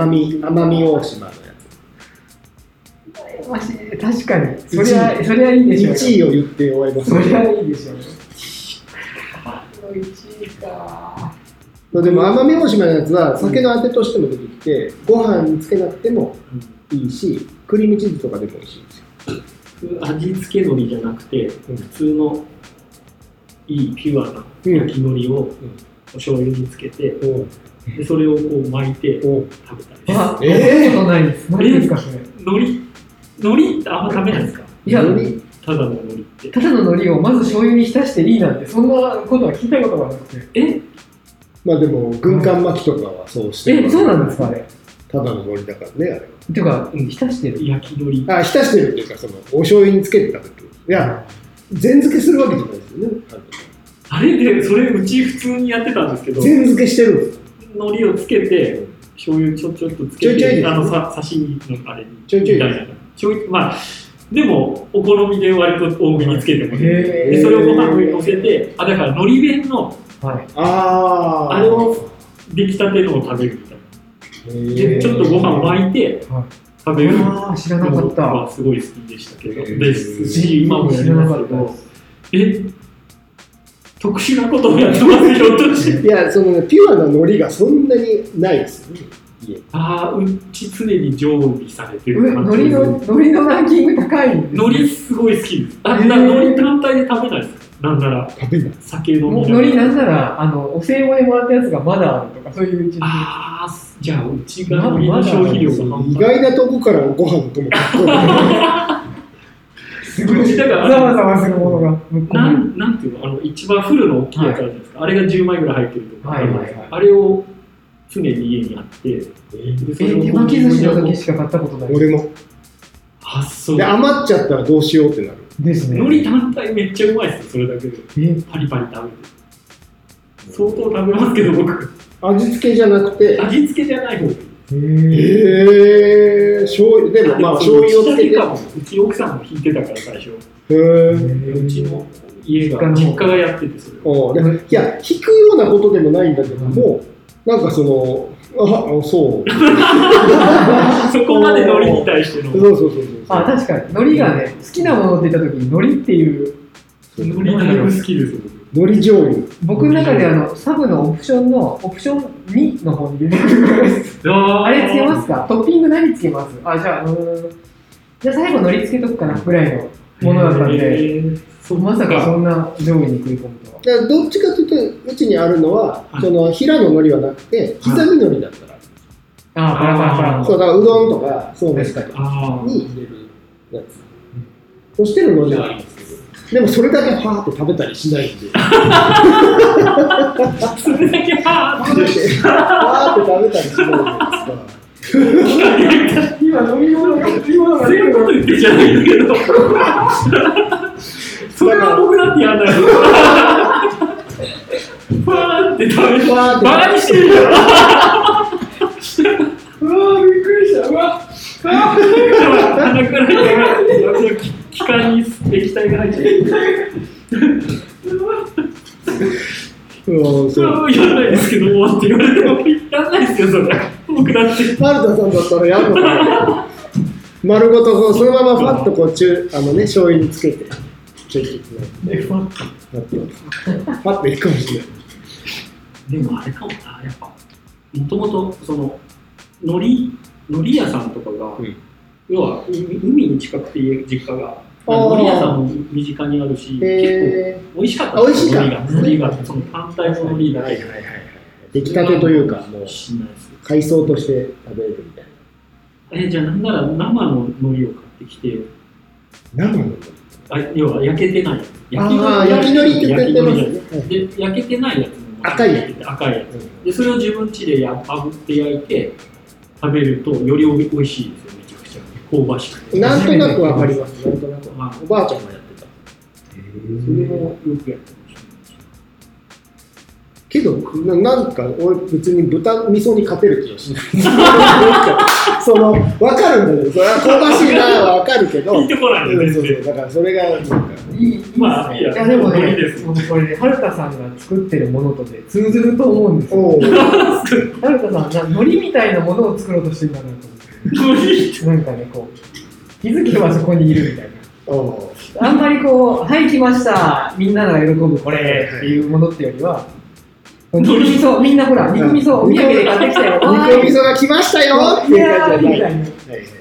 Speaker 1: 美奄美大島のや
Speaker 3: マジで確かに。そりゃ、そりゃい いでしょうよ。
Speaker 1: つ1位を言って終わります
Speaker 3: そりゃいいでしょうよ。1位か。
Speaker 1: そうでも奄美大島のやつは酒のあてとしても出てきてご飯につけなくてもいいしクリームチーズとかでも美味しいんですよ
Speaker 2: 味付け海苔じゃなくて、普通のいいピュアな
Speaker 1: うん
Speaker 2: 焼き海苔をお醤油につけて、でそれをこう巻いて
Speaker 1: お
Speaker 2: 食べたり
Speaker 3: あ、
Speaker 1: え
Speaker 3: え
Speaker 1: ー
Speaker 3: えことないです。何ですか、それ。
Speaker 2: 海苔海苔ってあんま食べないですか
Speaker 3: いや、
Speaker 1: 海苔
Speaker 2: ただの海苔って
Speaker 3: ただの海苔をまず醤油に浸していいなんて、そんなことは聞いたことがなくて。
Speaker 2: え
Speaker 1: まあでも軍艦巻きとかはそうしてる
Speaker 3: え、そうなんですか、あれ。
Speaker 1: ただの海苔だからねあれは
Speaker 3: ていうか、浸してる。
Speaker 2: 焼き海苔
Speaker 1: あ浸してるっていうかそのお醤油につけて食べてるいや全漬けするわけじゃないですよね
Speaker 2: あれでそれうち普通にやってたんですけど
Speaker 1: 全漬けしてるんです
Speaker 2: 海苔をつけて醤油ちょちょっとつ
Speaker 1: ちょ
Speaker 2: け
Speaker 1: いちょいです
Speaker 2: て
Speaker 1: ね
Speaker 2: あのさ刺身のあれに
Speaker 1: ちょいちょい
Speaker 2: みたいなちょいまあでもお好みで割と多めにつけてもね
Speaker 3: へ
Speaker 2: でそれをご飯上に乗せてあだから海苔弁の
Speaker 3: はい。
Speaker 1: ああ
Speaker 2: あれを出来たてのを食べるみたいなでちょっとご飯巻いて
Speaker 3: はい
Speaker 2: 食べる
Speaker 3: ああ、知らなかっ
Speaker 2: 僕
Speaker 3: た
Speaker 2: は。すごい好きでしたけど
Speaker 1: へー
Speaker 2: ですし今もやりますけ
Speaker 3: 知らなか
Speaker 2: どえ特殊なことをやってますよ私
Speaker 1: いやそのねピュアな海苔がそんなにないですよね
Speaker 2: ああうち常に常備されて
Speaker 3: え
Speaker 2: る感じ
Speaker 3: 海苔の、海苔のランキング高いんですね。
Speaker 2: 海苔すごい好きです。あ、
Speaker 3: へー
Speaker 2: な海苔単体で食べないですか。なんなら
Speaker 1: 食べない
Speaker 2: 酒飲
Speaker 3: もう
Speaker 2: み
Speaker 3: 海
Speaker 2: なが
Speaker 3: 苔な
Speaker 2: ら。
Speaker 3: んなら、あの、お歳暮でもらったやつがまだあるとか、そういううちに。
Speaker 2: ああ、じゃあうちが海苔の消費量が半
Speaker 1: 意
Speaker 2: 端ない。
Speaker 1: 外なとこからご飯の友達
Speaker 3: すご
Speaker 2: う
Speaker 3: い。
Speaker 2: ちだか
Speaker 3: ざ
Speaker 2: ら
Speaker 3: わざわするものが向こうに。
Speaker 2: なんなんていうのあの一番フルの大きいやつあるじゃないですか。あれが10枚ぐらい入ってるとか。
Speaker 3: はいはいはい。
Speaker 2: あれを常に家にあって、でそ
Speaker 3: え
Speaker 2: れを
Speaker 3: 手巻き寿司の時しか買ったことない。
Speaker 1: 俺も
Speaker 2: あそう
Speaker 1: で。余っちゃったらどうしようってなる
Speaker 3: ですね。
Speaker 2: 海苔単体めっちゃうまいですよ。それだけで
Speaker 3: え、
Speaker 2: パリパリ食べて。相当食べますけど僕
Speaker 1: 味付けじゃなくて
Speaker 2: 味付けじゃない方がいい。
Speaker 3: え
Speaker 1: へえ醤油でもまあ醤油をつけて
Speaker 2: うちだかもうち奥さんも引いてたから最初。
Speaker 1: へえ
Speaker 2: うちの家
Speaker 3: 実家
Speaker 2: が
Speaker 3: の
Speaker 2: 実家がやっててそれを
Speaker 1: おでいや引くようなことでもないんだけども、なんかそのああそう
Speaker 2: そこまで海苔に対しての
Speaker 1: そうそうそうそう
Speaker 3: あ、確かに。海苔がね、好きなものって言った時に、海苔っていう、
Speaker 2: 海苔だいぶ好きですよ僕
Speaker 1: 海苔醤油
Speaker 3: 僕の中であの、サブのオプションの、オプション2の方に入れてくる あれつけますかトッピング何つけますあ、じゃあ、うーん。じゃあ最後海苔つけとくかなぐらいのものだったんで、
Speaker 2: へーそ
Speaker 3: まさかそんな上位に食い込むとは。
Speaker 1: だからどっちかというとうちにあるのは、
Speaker 2: はい
Speaker 1: その平の海苔はなくて刻み海苔だったら、
Speaker 3: あー、パラパラパラ
Speaker 2: あ。
Speaker 1: そうだからうどんとかそうめんとか
Speaker 2: あー
Speaker 1: に入れるやつ、そしての海苔なんですけどでもそれだけファーって食べたりしない んでファ
Speaker 2: それだけは
Speaker 1: ーって食べたりしないじゃないですか
Speaker 3: 今飲み物が、飲み物が
Speaker 2: そう
Speaker 3: 出
Speaker 2: いう
Speaker 3: る
Speaker 2: こと言ってんじゃないんだけどそれは僕だってやんないよファーって食べる
Speaker 1: ファーって
Speaker 2: バカにしてるよ
Speaker 3: うわー、びっくりした。うわ
Speaker 2: 鼻くらいから気管に液体が入っちゃう
Speaker 1: う
Speaker 2: そ
Speaker 1: んそ
Speaker 2: れ
Speaker 1: う
Speaker 2: はもうやらないですけどもって言われてもやらないですよそれ僕だって
Speaker 1: マルタさんだったらやるのかな丸ごとこうそのままファッとこう中あのね醤油につけてちょいちょいね
Speaker 2: でも
Speaker 1: ファッとファッといくかもしれない
Speaker 2: あれかもなやっぱもともとその海苔海苔屋さんとかが、
Speaker 1: うん
Speaker 2: 要は海海に近くて家実家が
Speaker 1: あー
Speaker 2: 海苔屋さんも身近にあるし結
Speaker 1: へ
Speaker 2: 構美味しかったです
Speaker 1: あ
Speaker 2: 海
Speaker 1: 美味しか
Speaker 2: 苔
Speaker 1: っ
Speaker 2: が
Speaker 1: た
Speaker 2: 海苔がその単体の海苔だけ
Speaker 1: はいはい出来たてというかもう
Speaker 2: しないです
Speaker 1: 海藻として食べるみたい
Speaker 2: えじゃあなんなら生の海苔を買ってきて
Speaker 1: な生の
Speaker 2: あ要は焼けてないやつ
Speaker 1: ああ焼きのりって言ってますよ
Speaker 2: 焼
Speaker 1: ね
Speaker 2: き海苔で焼けてないやつも
Speaker 1: 赤いや
Speaker 2: 赤いやつでそれを自分家でや炙って焼いて食べるとよりお美味しいですよめちゃくちゃ香ばしく
Speaker 1: うん
Speaker 2: て
Speaker 1: なんとなくわかりますなんとなく
Speaker 2: まあ
Speaker 1: おばあちゃんがやってた
Speaker 2: それもよくやってました
Speaker 1: けどななんか俺別に豚味噌に勝てる気がしないその分かるんだけどそれは香ばしいなは分かるけど
Speaker 2: 聞いてこないよ
Speaker 1: うん
Speaker 2: ね
Speaker 1: そう
Speaker 2: 全
Speaker 1: そ
Speaker 2: 然
Speaker 1: うだからそれがなんか
Speaker 3: ーいい、いいですね。
Speaker 2: まあいいや
Speaker 3: いや、でも
Speaker 2: もうい
Speaker 3: ね
Speaker 2: いです、
Speaker 3: もうこれね、はるかさんが作ってるものとね、通ずると思うんですよ。
Speaker 1: おう
Speaker 3: はるかさん、な海苔みたいなものを作ろうとしてるんだなと思っ
Speaker 2: 海
Speaker 3: て。なんかね、こう、気づけばそこにいるみたいな。
Speaker 1: おう
Speaker 3: あんまりこう、はい、来ました、みんなが喜ぶこれっていうものってよりは、肉味噌、みんなほら、肉味噌、お土産で買ってきたよ。わーい
Speaker 1: 肉味噌が来ましたよって
Speaker 3: い
Speaker 1: いう
Speaker 3: や
Speaker 1: 感
Speaker 3: ー
Speaker 1: じじ
Speaker 3: み
Speaker 1: ゃ
Speaker 3: た
Speaker 1: ない。
Speaker 3: いな。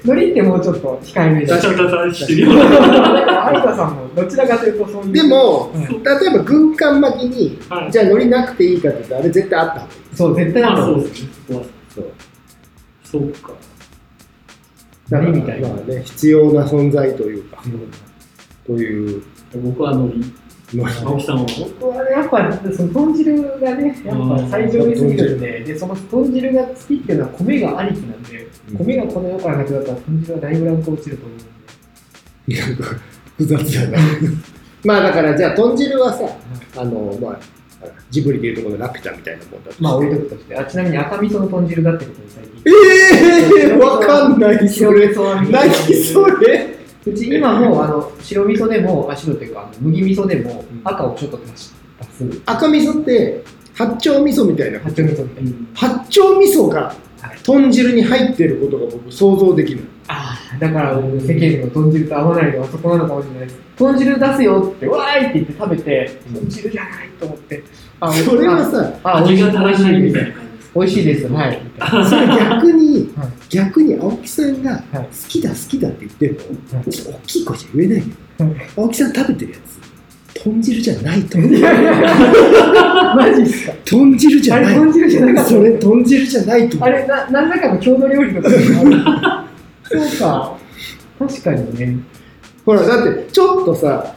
Speaker 3: 海苔ってもうちょっと控えめで。
Speaker 2: ガ
Speaker 3: だ
Speaker 2: チ
Speaker 3: か
Speaker 2: ャガチャしてるよう な。
Speaker 3: ら有田さんもどちらかというとそういう。
Speaker 1: でも、
Speaker 3: はい
Speaker 1: 例えば軍艦巻きに、
Speaker 2: はい
Speaker 1: じゃあ海苔なくていいかって言ったら、あれ絶対あったはず
Speaker 3: そう、絶対
Speaker 2: ま
Speaker 3: あ
Speaker 2: あ
Speaker 3: る
Speaker 2: そうですね。そこは
Speaker 1: そう。
Speaker 2: そうか。
Speaker 1: だから
Speaker 3: 海苔みたいな
Speaker 1: まあね、必要な存在というか、
Speaker 3: うん
Speaker 1: という
Speaker 2: 僕はノリ。
Speaker 1: のは
Speaker 2: 青木さんは。
Speaker 3: 僕はねやっぱその豚汁がね、やっぱ最上位すぎるんで、でその豚汁が好きっていうのは米がありきなんで、米がこの世からなくなったら豚汁はだいぶランク落ちると思うんで。
Speaker 1: なんか複雑やな。 まあだから、じゃあ豚汁はさ、あの、まあ、ジブリでいうところのラピュタみたいなもんだとして。
Speaker 3: まあ置いとくとして、あちなみに赤味噌の豚汁だってことに最近。
Speaker 1: ええー、 わかんない、それ。
Speaker 3: 白味噌は見た
Speaker 1: 何それ
Speaker 3: うち今もうあの白味噌でも、あ白というかあの麦味噌でも
Speaker 1: ん
Speaker 3: 赤をちょっと足す。足す
Speaker 1: 赤味噌って、八丁味噌みたいな。
Speaker 3: 八丁味噌みたいな。
Speaker 1: 八丁味噌が
Speaker 3: はい
Speaker 1: 豚汁に入ってることが僕想像できない。
Speaker 3: ああ、だから僕世間の豚汁と合わないのはそこなのかもしれないです。豚汁出すよって、わーいって言って食べて、
Speaker 1: うん
Speaker 3: 豚汁じゃないと思って。あ
Speaker 1: それはさ、
Speaker 3: ああ、美味
Speaker 2: 味
Speaker 3: しい
Speaker 2: が足ら
Speaker 3: です
Speaker 2: ないみたいな感
Speaker 3: 美味しいです。 はい。
Speaker 1: それ逆に
Speaker 3: はい、
Speaker 1: 逆に青木さんが
Speaker 3: はい
Speaker 1: 好きだ好きだって言ってる
Speaker 3: は
Speaker 1: の、ちょっと大きい声じゃ言えないけ
Speaker 3: は
Speaker 1: ど、青木さん食べてるやつ、豚汁じゃないと思 う。
Speaker 3: マジですか
Speaker 1: 豚汁じ
Speaker 3: あ
Speaker 1: ゃな
Speaker 3: れ、
Speaker 1: い。
Speaker 3: 豚汁じゃなかった
Speaker 1: そ。れ豚汁じゃないと思
Speaker 3: あ
Speaker 1: う。
Speaker 3: れ、な、何らかの郷土料理とかあるそうか。確かにね。
Speaker 1: ほら、だってちょっとさ、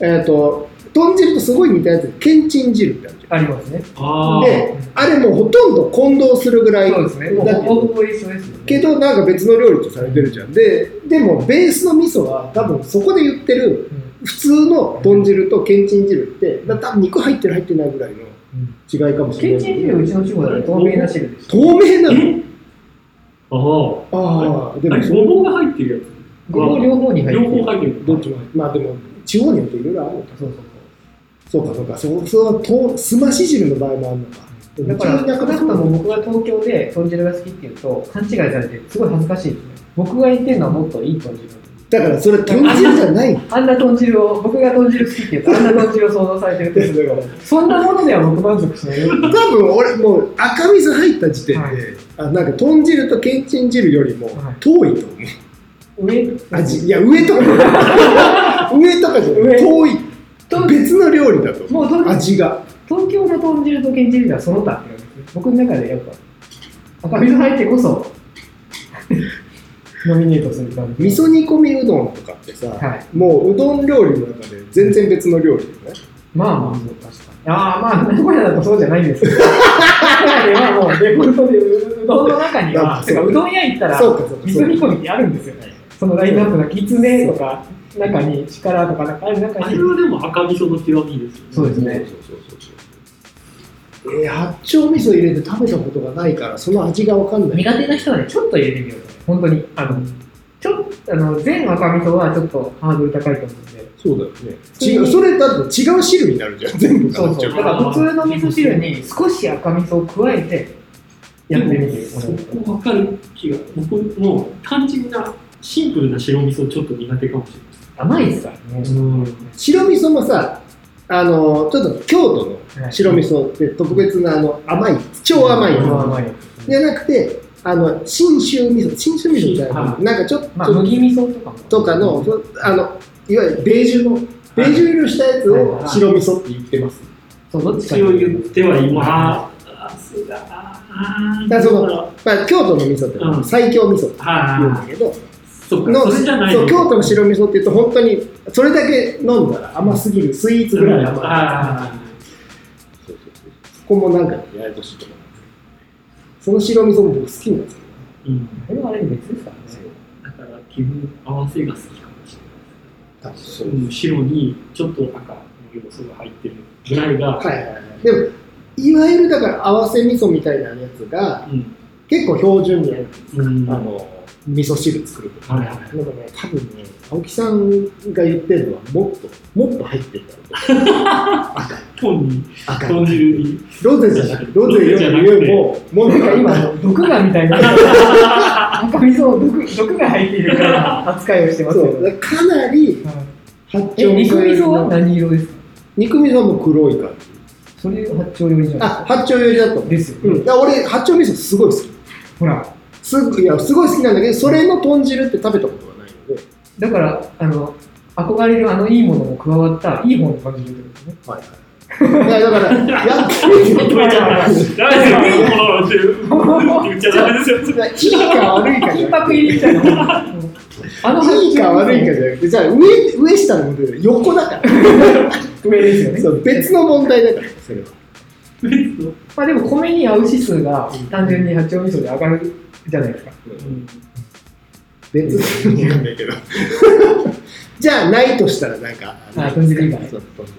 Speaker 1: えっと、豚汁とすごい似たやつ、けんちん汁ってあるじ
Speaker 3: ありますね。
Speaker 2: じ。あ
Speaker 1: ゃん。
Speaker 2: あ。
Speaker 1: で、あれもうほとんど混同するぐらい
Speaker 3: そうですね。もう
Speaker 1: だけど
Speaker 3: ほぼほぼ一緒ですよね。
Speaker 1: けどなんか別の料理とされてるじゃんででもベースの味噌は多分そこで言ってる
Speaker 3: うん
Speaker 1: 普通の豚汁とけんちん汁ってだ多分肉入ってる入ってないぐらいの違いかもし
Speaker 3: け
Speaker 1: れ
Speaker 3: ん
Speaker 1: ない
Speaker 3: ちん汁、うちの地方だと透明な汁です。
Speaker 1: 透明なの
Speaker 2: えああ。
Speaker 1: ああで
Speaker 2: あれ、
Speaker 1: も
Speaker 2: ごぼうが入ってる
Speaker 3: ごぼう両方に
Speaker 2: やつ。
Speaker 3: 入って
Speaker 2: 両
Speaker 3: る
Speaker 2: 方入ってる。
Speaker 1: どっちもまあでも地方によっていろいろあるのか
Speaker 3: そうそう
Speaker 1: そうかそうかそうそうとすまし汁の場合もあるのか
Speaker 3: そう。だから、
Speaker 1: うち
Speaker 3: 少
Speaker 1: の
Speaker 3: な
Speaker 1: 田舎
Speaker 3: く
Speaker 1: だ
Speaker 3: と
Speaker 1: と
Speaker 3: も僕が東京で豚汁が好きっていうと、勘違いされて、すごい恥ずかしいですね。僕が言ってるのはもっといい豚汁。
Speaker 1: だからそれ豚汁じゃない
Speaker 3: あんな豚汁を、僕が豚汁好きっていうと、あんな豚汁を想像されてるって、
Speaker 1: だから
Speaker 3: そんなものでは僕満足しないよ。
Speaker 1: 多分俺もう赤水入った時点で、
Speaker 3: はい
Speaker 1: あなんか豚汁とけんちん汁よりも
Speaker 3: はい
Speaker 1: 遠いと思う
Speaker 3: 上
Speaker 1: 味いや上とかじゃない 上とかじゃない
Speaker 3: 上
Speaker 1: 遠い
Speaker 3: と
Speaker 1: 別の料理だと
Speaker 3: もうどれ
Speaker 1: 味が
Speaker 3: 東京の豚汁とけん汁ではその他って言われてる僕の中でやっぱ赤水入ってこそ ノミネートする感じ
Speaker 1: 味噌煮込みうどんとかってさ、
Speaker 3: はい
Speaker 1: もううどん料理の中で全然別の料理だよね
Speaker 3: まあまあそう確かにああまあ名古屋だとそうじゃないんですけど 名古屋ではもうレポートでううどんの中に
Speaker 1: あ
Speaker 3: は
Speaker 1: そう
Speaker 3: てかうどん屋行ったら
Speaker 1: そうかそうか
Speaker 3: 味噌煮込みってあるんですよねそのラインナップがきつねとか中に力とかなんかある中
Speaker 2: あ
Speaker 3: に
Speaker 2: れはでも赤味噌の極みですよね。
Speaker 3: そうですね
Speaker 1: そうそうそうそうえー八丁味噌入れて食べたことがないからその味がわかんない
Speaker 3: 苦手な人はね、ちょっと入れてみようよ本当に。あの、ちょっと、あの、全赤味噌はちょっとハードル高いと思うんで。
Speaker 1: そうだよね違うそれだと違う汁になるじゃん全部が
Speaker 3: そう
Speaker 1: 八丁
Speaker 3: そう。
Speaker 1: 味
Speaker 3: だから普通の味噌汁に少し赤味噌を加えて、やってみてもら
Speaker 2: そう
Speaker 3: と。
Speaker 2: こばっかり気が。僕もう単純なシンプルな白味噌ちょっと苦手かもし
Speaker 3: 甘いですからね。
Speaker 2: れない。うん。
Speaker 1: 白味噌もさあのちょっと京都の白味噌って特別なあの甘い超甘いやつ
Speaker 3: 超甘いやつ
Speaker 1: じゃなくて、あの、信州味噌、信州味噌みたいな
Speaker 2: は、
Speaker 1: なんかちょっ
Speaker 3: まあ、
Speaker 1: と、
Speaker 3: 麦味噌とかも。
Speaker 1: とかの、そあの、いわゆるベージュの、ベージュ色したやつ
Speaker 3: は
Speaker 1: を
Speaker 3: い
Speaker 1: 白味噌って言ってます。
Speaker 3: そう、どっちか
Speaker 2: 一応言っては今。
Speaker 3: は
Speaker 2: あーあー、すが。あー
Speaker 1: だからそのまあ、京都の味噌って
Speaker 2: うん
Speaker 1: 最強味噌って言うんだ
Speaker 2: は
Speaker 1: けど、
Speaker 2: い。そっか、
Speaker 1: の
Speaker 2: それじゃない
Speaker 1: そう京都の白味噌って言うと、本当にそれだけ飲んだら甘すぎるスイーツぐらい
Speaker 2: あ
Speaker 1: 甘い。
Speaker 2: あ
Speaker 1: そうそうそうそこもなんかややこしいと思うんですけどその白味噌も僕好きなんですよ。
Speaker 2: ー。うん。
Speaker 3: あれはあれ別ですからね。
Speaker 2: だから気分合わせが好きかもしれない。
Speaker 1: 多分そう
Speaker 2: うん白にちょっと赤の要素が入ってるぐらいが、
Speaker 1: はいはいはい。でも、いわゆるだから合わせ味噌みたいなやつが、
Speaker 2: うん
Speaker 1: 結構標準にある、
Speaker 2: うん
Speaker 1: あの味噌汁作るとか、
Speaker 2: はいはいはい
Speaker 1: なんかね多分ね青木さんが言ってるのはもっともっと入ってるんだろうと
Speaker 2: 豚に
Speaker 1: 赤
Speaker 2: 豚汁に
Speaker 1: ロゼじゃなくロゼよりももっ
Speaker 3: なん
Speaker 1: と
Speaker 3: か
Speaker 1: 今
Speaker 3: 今、 毒がみたいな。赤味噌、毒、毒が入っているから扱いをしてます
Speaker 1: そ
Speaker 3: よ
Speaker 1: うだからかなり
Speaker 3: はい
Speaker 1: 八
Speaker 3: え、
Speaker 1: 丁味
Speaker 3: 肉
Speaker 1: 噌よ
Speaker 3: 味
Speaker 1: り
Speaker 3: 噌は
Speaker 1: も
Speaker 3: 何色ですか
Speaker 1: 肉味噌も黒い感じ
Speaker 3: それ八丁寄りじゃ
Speaker 1: あ、
Speaker 3: な
Speaker 1: 八丁寄りだと
Speaker 3: い。ですよ
Speaker 1: う
Speaker 3: ね。
Speaker 1: ん、いや俺、八丁味噌すごい好き。
Speaker 3: ほら、
Speaker 1: すごいいやすごい好きなんだけど、それの豚汁って食べたことがないので、
Speaker 3: だから、あの、憧れるあのいいものも加わったいい方の感じるってことですね。
Speaker 1: はい。いや、だから、やってみ
Speaker 2: 止めちゃった。ダメですよ。もうって言っちゃダメですよ。
Speaker 1: いいか悪いかじゃ
Speaker 3: 金
Speaker 1: なく
Speaker 3: 箔入りみたいな。あの
Speaker 1: て、いいか悪いか
Speaker 3: か。
Speaker 1: じゃなくて、じゃあ上、上下のことより横だ から。
Speaker 3: 上ですよね。
Speaker 1: そう別の問題だから、それは。
Speaker 3: まあでも米に合う指数が単純に八丁味噌で上がるじゃないですか。
Speaker 1: 別の問題だけど。じゃあ、ないとしたら、なんか、
Speaker 3: あ豚汁以外
Speaker 1: そう豚汁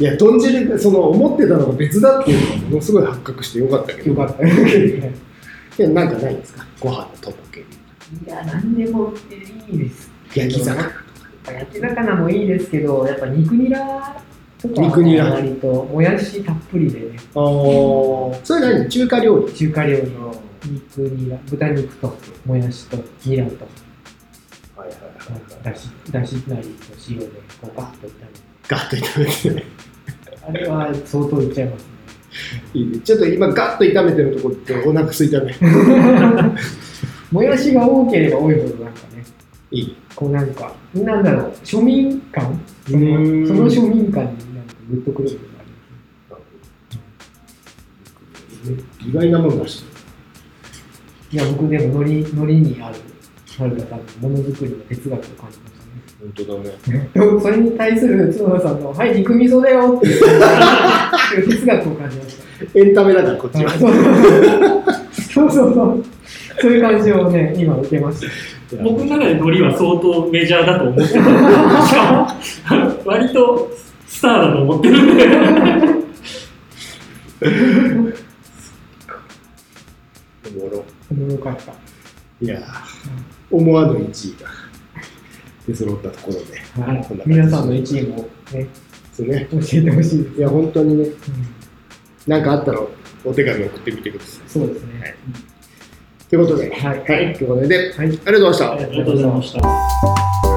Speaker 1: いや、豚汁、その、思ってたのが別だっていうのがものすごい発覚してよかったけど
Speaker 3: よ、かった。い
Speaker 1: いやなんかないんですかご飯のとぼけ、
Speaker 3: や、なんでもいいです。
Speaker 1: 焼き魚。
Speaker 3: 焼き魚もいいですけど、やっぱ肉ニラとか
Speaker 1: 肉ニラ
Speaker 3: 割ともやしたっぷりでね、
Speaker 1: あーそれ何中華料理
Speaker 3: 中華料理の肉ニラ、豚肉ともやしとニラと
Speaker 1: はいはいはい
Speaker 3: なんかだしだしなりと塩でこうバッと炒めて、
Speaker 1: ガッと炒めてね
Speaker 3: あれは相当いっちゃいますね。
Speaker 1: いいねちょっと今ガッと炒めてるとこってお腹空いたね
Speaker 3: もやしが多ければ多いほどなんかね、
Speaker 1: いい
Speaker 3: こうなんか、なんだろう、庶民感その
Speaker 1: ーん
Speaker 3: その庶民感になんかグッとくるものがありますね
Speaker 1: 意外なもんだし
Speaker 3: いや、僕でも海苔海苔にある、なんか多分、ものづくりの哲学を感じましたね。
Speaker 1: 本当だね
Speaker 3: それに対する角田さんの「はい肉味噌だよ」っていう哲学を感じました
Speaker 1: エンタメだからこっちは
Speaker 3: そうそうそうそういう感じをね今受けました
Speaker 2: 僕の中でノリは相当メジャーだと思ってた。しかも、割とスターだと思ってるんで。
Speaker 1: おもろ
Speaker 3: おもろかった
Speaker 1: いやー思わぬ1位が出揃ったところで
Speaker 3: はい
Speaker 1: こんな感じ
Speaker 3: 皆さんの1位もね
Speaker 1: そうね
Speaker 3: 教えてほしいです、
Speaker 1: いや本当にね何かあったらお手紙送ってみてくださ
Speaker 3: そうですね
Speaker 1: いということで
Speaker 3: はい
Speaker 1: はいということで
Speaker 3: はい
Speaker 1: ありがとうございました
Speaker 2: ありがとうございました。
Speaker 3: あ